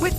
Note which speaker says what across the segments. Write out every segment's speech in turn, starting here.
Speaker 1: With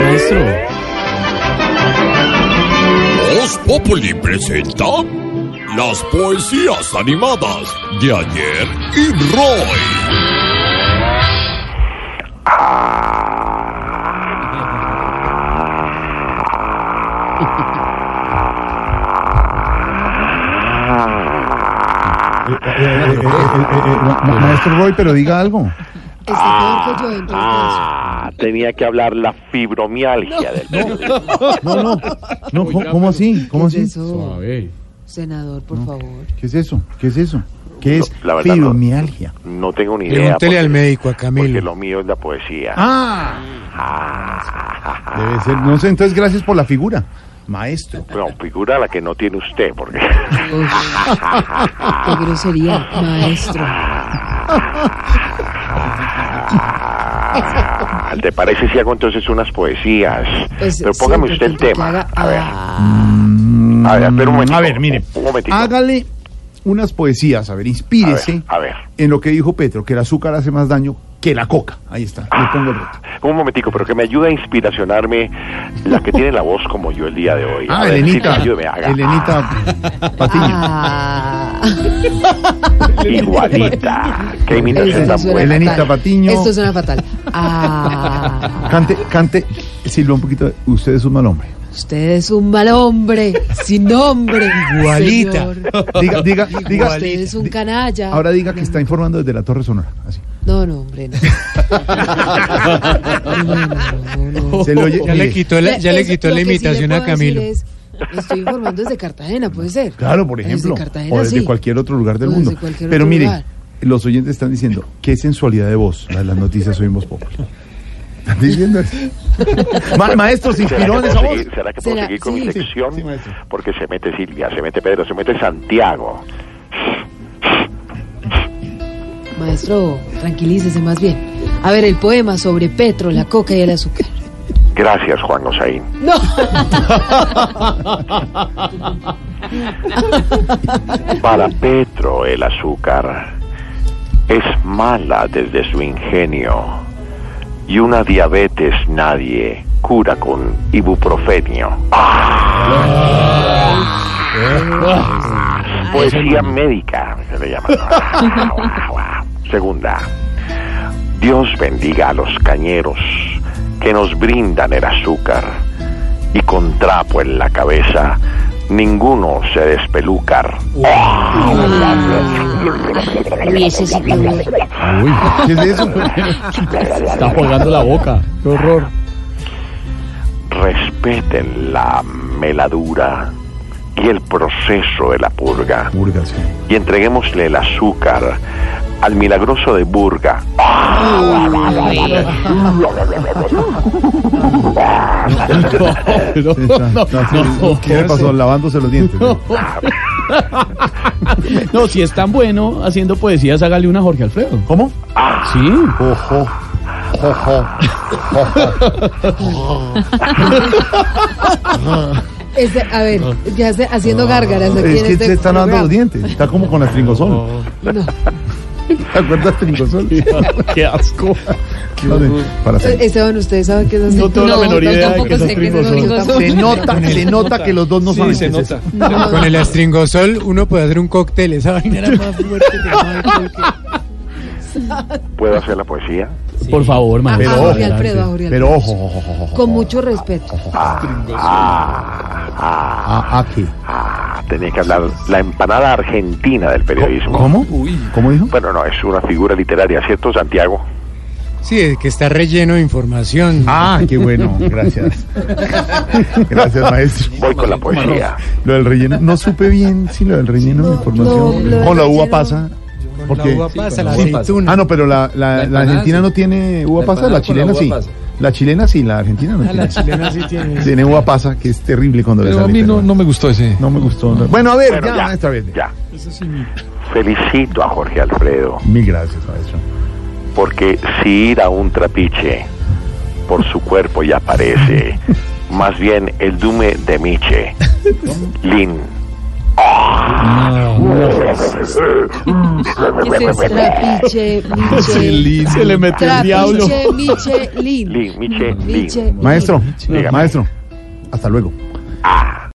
Speaker 2: Maestro,
Speaker 3: Voz Populi presenta las poesías animadas de ayer y Roy.
Speaker 2: maestro Roy, pero diga algo.
Speaker 4: Ah, tenía que hablar la fibromialgia del
Speaker 2: No, no, no, ¿cómo, cómo así? ¿Cómo así?
Speaker 5: Suave. Senador, por favor.
Speaker 2: ¿Qué es eso? ¿Qué es eso? ¿Qué es
Speaker 4: la verdad no.
Speaker 2: fibromialgia?
Speaker 4: No tengo ni idea.
Speaker 6: Pregúntele
Speaker 4: porque-
Speaker 6: al médico, a
Speaker 4: Porque
Speaker 6: Camilo.
Speaker 4: lo mío es la poesía.
Speaker 2: Ah, debe ser, no sé, entonces gracias por la figura, maestro.
Speaker 4: No, figura la que no tiene usted, porque
Speaker 5: Oye, Qué grosería, maestro.
Speaker 4: Ah, ¿te parece si hago entonces unas poesías?
Speaker 5: Pues,
Speaker 4: Pero póngame usted
Speaker 5: siempre que
Speaker 4: el tema.
Speaker 5: haga-
Speaker 4: A ver,
Speaker 5: Ah,
Speaker 4: a ver, espera un momentico.
Speaker 2: A ver, mire,
Speaker 4: Un momentico.
Speaker 2: Mm. hágale unas poesías, a ver,
Speaker 4: a ver,
Speaker 2: inspírese
Speaker 4: a ver.
Speaker 2: en lo que dijo Petro, que el azúcar hace más daño que la coca. Ahí está,
Speaker 4: Ah.
Speaker 2: le pongo el reto.
Speaker 4: Un momentico, pero que me ayude a inspiracionarme la que tiene la voz como yo el día de hoy. A
Speaker 2: Ah,
Speaker 4: ver,
Speaker 2: Elenita,
Speaker 4: sí, ayúdeme, haga
Speaker 2: Elenita Patiño.
Speaker 5: ah.
Speaker 4: igualita. Qué imitación
Speaker 5: Esto
Speaker 4: tan
Speaker 5: suena
Speaker 4: buena.
Speaker 2: Elenita
Speaker 5: fatal.
Speaker 2: Patiño.
Speaker 5: Esto suena fatal. Ah,
Speaker 2: Cante, cante, Silva, un poquito, usted es un mal hombre.
Speaker 5: usted es un mal hombre, sin nombre.
Speaker 6: Igualita.
Speaker 5: señor.
Speaker 2: Diga, diga, diga.
Speaker 5: Usted es un canalla.
Speaker 2: Ahora diga que está informando desde la Torre Sonora. Así.
Speaker 5: No, no, hombre, no. No, no, no, no, no.
Speaker 2: Se le oye-
Speaker 6: ya le
Speaker 2: mire,
Speaker 6: quitó la, ya le
Speaker 5: Eso,
Speaker 6: quitó
Speaker 5: lo
Speaker 6: la
Speaker 5: que sí le
Speaker 6: imitación a
Speaker 5: puedo
Speaker 6: Camilo.
Speaker 5: decir es, estoy informando desde Cartagena, puede ser.
Speaker 2: Claro, por
Speaker 5: Desde
Speaker 2: ejemplo.
Speaker 5: Cartagena,
Speaker 2: O desde
Speaker 5: sí.
Speaker 2: cualquier otro lugar del
Speaker 5: O desde
Speaker 2: mundo.
Speaker 5: cualquier
Speaker 2: Pero
Speaker 5: otro
Speaker 2: mire,
Speaker 5: lugar.
Speaker 2: los oyentes están diciendo, qué sensualidad de voz. La de las noticias oímos poco. Están diciendo eso. Ma- maestro, se
Speaker 4: ¿Será
Speaker 2: inspiró en
Speaker 4: que,
Speaker 2: esa
Speaker 4: puedo
Speaker 2: voz.
Speaker 4: seguir, será que puedo
Speaker 5: Será-
Speaker 4: seguir con mi
Speaker 5: sí. Sí,
Speaker 4: sección?
Speaker 2: sí, maestro.
Speaker 4: Porque se mete Silvia, se mete Pedro, se mete Santiago.
Speaker 5: Maestro, tranquilícese más bien. A ver, el poema sobre Petro, la coca y el azúcar.
Speaker 4: Gracias, Juan Osaín.
Speaker 5: No.
Speaker 4: Para Petro el azúcar es mala desde su ingenio y una diabetes nadie cura con ibuprofenio. Poesía médica se le llama. Segunda. Dios bendiga a los cañeros que nos brindan el azúcar y con trapo en la cabeza ninguno se despelucar.
Speaker 5: Hubiese sido bueno.
Speaker 2: ¿Qué es eso?
Speaker 4: Está
Speaker 6: Colgando la boca. Qué horror.
Speaker 4: Respeten la meladura y el proceso de la purga
Speaker 2: Purga, sí.
Speaker 4: y entreguémosle el azúcar al milagroso de Burga.
Speaker 2: Sí, está- está- ¿Qué le pasó? Lavándose los dientes.
Speaker 6: No, si es tan bueno haciendo poesías, hágale una a Jorge Alfredo.
Speaker 2: ¿Cómo?
Speaker 6: Sí.
Speaker 2: Ah. Ojo. Ojo.
Speaker 5: Es de- Este, a ver, ya se- haciendo gárgaras aquí
Speaker 2: Es
Speaker 5: en
Speaker 2: que
Speaker 5: este
Speaker 2: se están lavando los
Speaker 5: programa.
Speaker 2: dientes. Está como con astringosol. ¿Te acuerdas astringosol?
Speaker 6: Qué asco.
Speaker 2: Para hacer-
Speaker 5: No. Esteban, ¿usted sabe qué es así?
Speaker 6: No tengo la menor idea de qué es astringosol.
Speaker 2: Se nota,
Speaker 5: eh,
Speaker 2: se nota que los dos no saben.
Speaker 6: se
Speaker 2: qué es
Speaker 6: nota.
Speaker 2: eso.
Speaker 6: Con el astringosol uno puede hacer un cóctel. Esa vaina era más fuerte que
Speaker 4: ¿Puedo hacer la poesía?
Speaker 6: Por favor,
Speaker 5: A
Speaker 6: maestro.
Speaker 5: Ah, Jorge Alfredo, a Jorge
Speaker 2: Pero
Speaker 5: Alfredo.
Speaker 2: ojo, ojo, ojo, ojo.
Speaker 5: Con mucho respeto.
Speaker 2: ¿A, a qué?
Speaker 4: Ah, tenía que hablar la empanada argentina del periodismo.
Speaker 2: ¿Cómo? ¿Cómo dijo?
Speaker 4: Bueno, no, es una figura literaria, ¿cierto, Santiago?
Speaker 6: Sí, es que está relleno de información.
Speaker 2: Ah, qué bueno. Gracias. Gracias, maestro.
Speaker 4: Voy con la poesía.
Speaker 2: Lo del relleno. No supe bien si lo del relleno de
Speaker 5: No, no,
Speaker 2: información.
Speaker 5: lo
Speaker 2: con la
Speaker 5: del
Speaker 2: uva
Speaker 5: relleno-
Speaker 2: pasa. Porque...
Speaker 6: pasa, la aceituna.
Speaker 2: Ah, no, pero la, la, la argentina no tiene uva pasa, la chilena sí. La chilena sí, la argentina no
Speaker 6: A la
Speaker 2: tiene.
Speaker 6: chilena sí tiene.
Speaker 2: Tiene guapasa, que es terrible cuando le
Speaker 7: Pero a
Speaker 2: sale.
Speaker 7: mí no,
Speaker 2: pero
Speaker 7: no me gustó ese.
Speaker 2: no me gustó. no. Bueno, a ver,
Speaker 4: Bueno,
Speaker 2: ya, maestra Verde.
Speaker 4: ya.
Speaker 6: Eso sí, mi-
Speaker 4: Felicito a Jorge Alfredo,
Speaker 2: Mil gracias, maestro.
Speaker 4: porque si ir a un trapiche, por su cuerpo ya aparece, más bien el dume de Miche, Lin.
Speaker 5: Ese es trapiche, miche,
Speaker 6: Se le metió el diablo.
Speaker 5: trapiche, michelin.
Speaker 4: Lin, Miche, Lin.
Speaker 5: Michelin.
Speaker 2: Maestro,
Speaker 4: Dígame.
Speaker 2: maestro, hasta luego.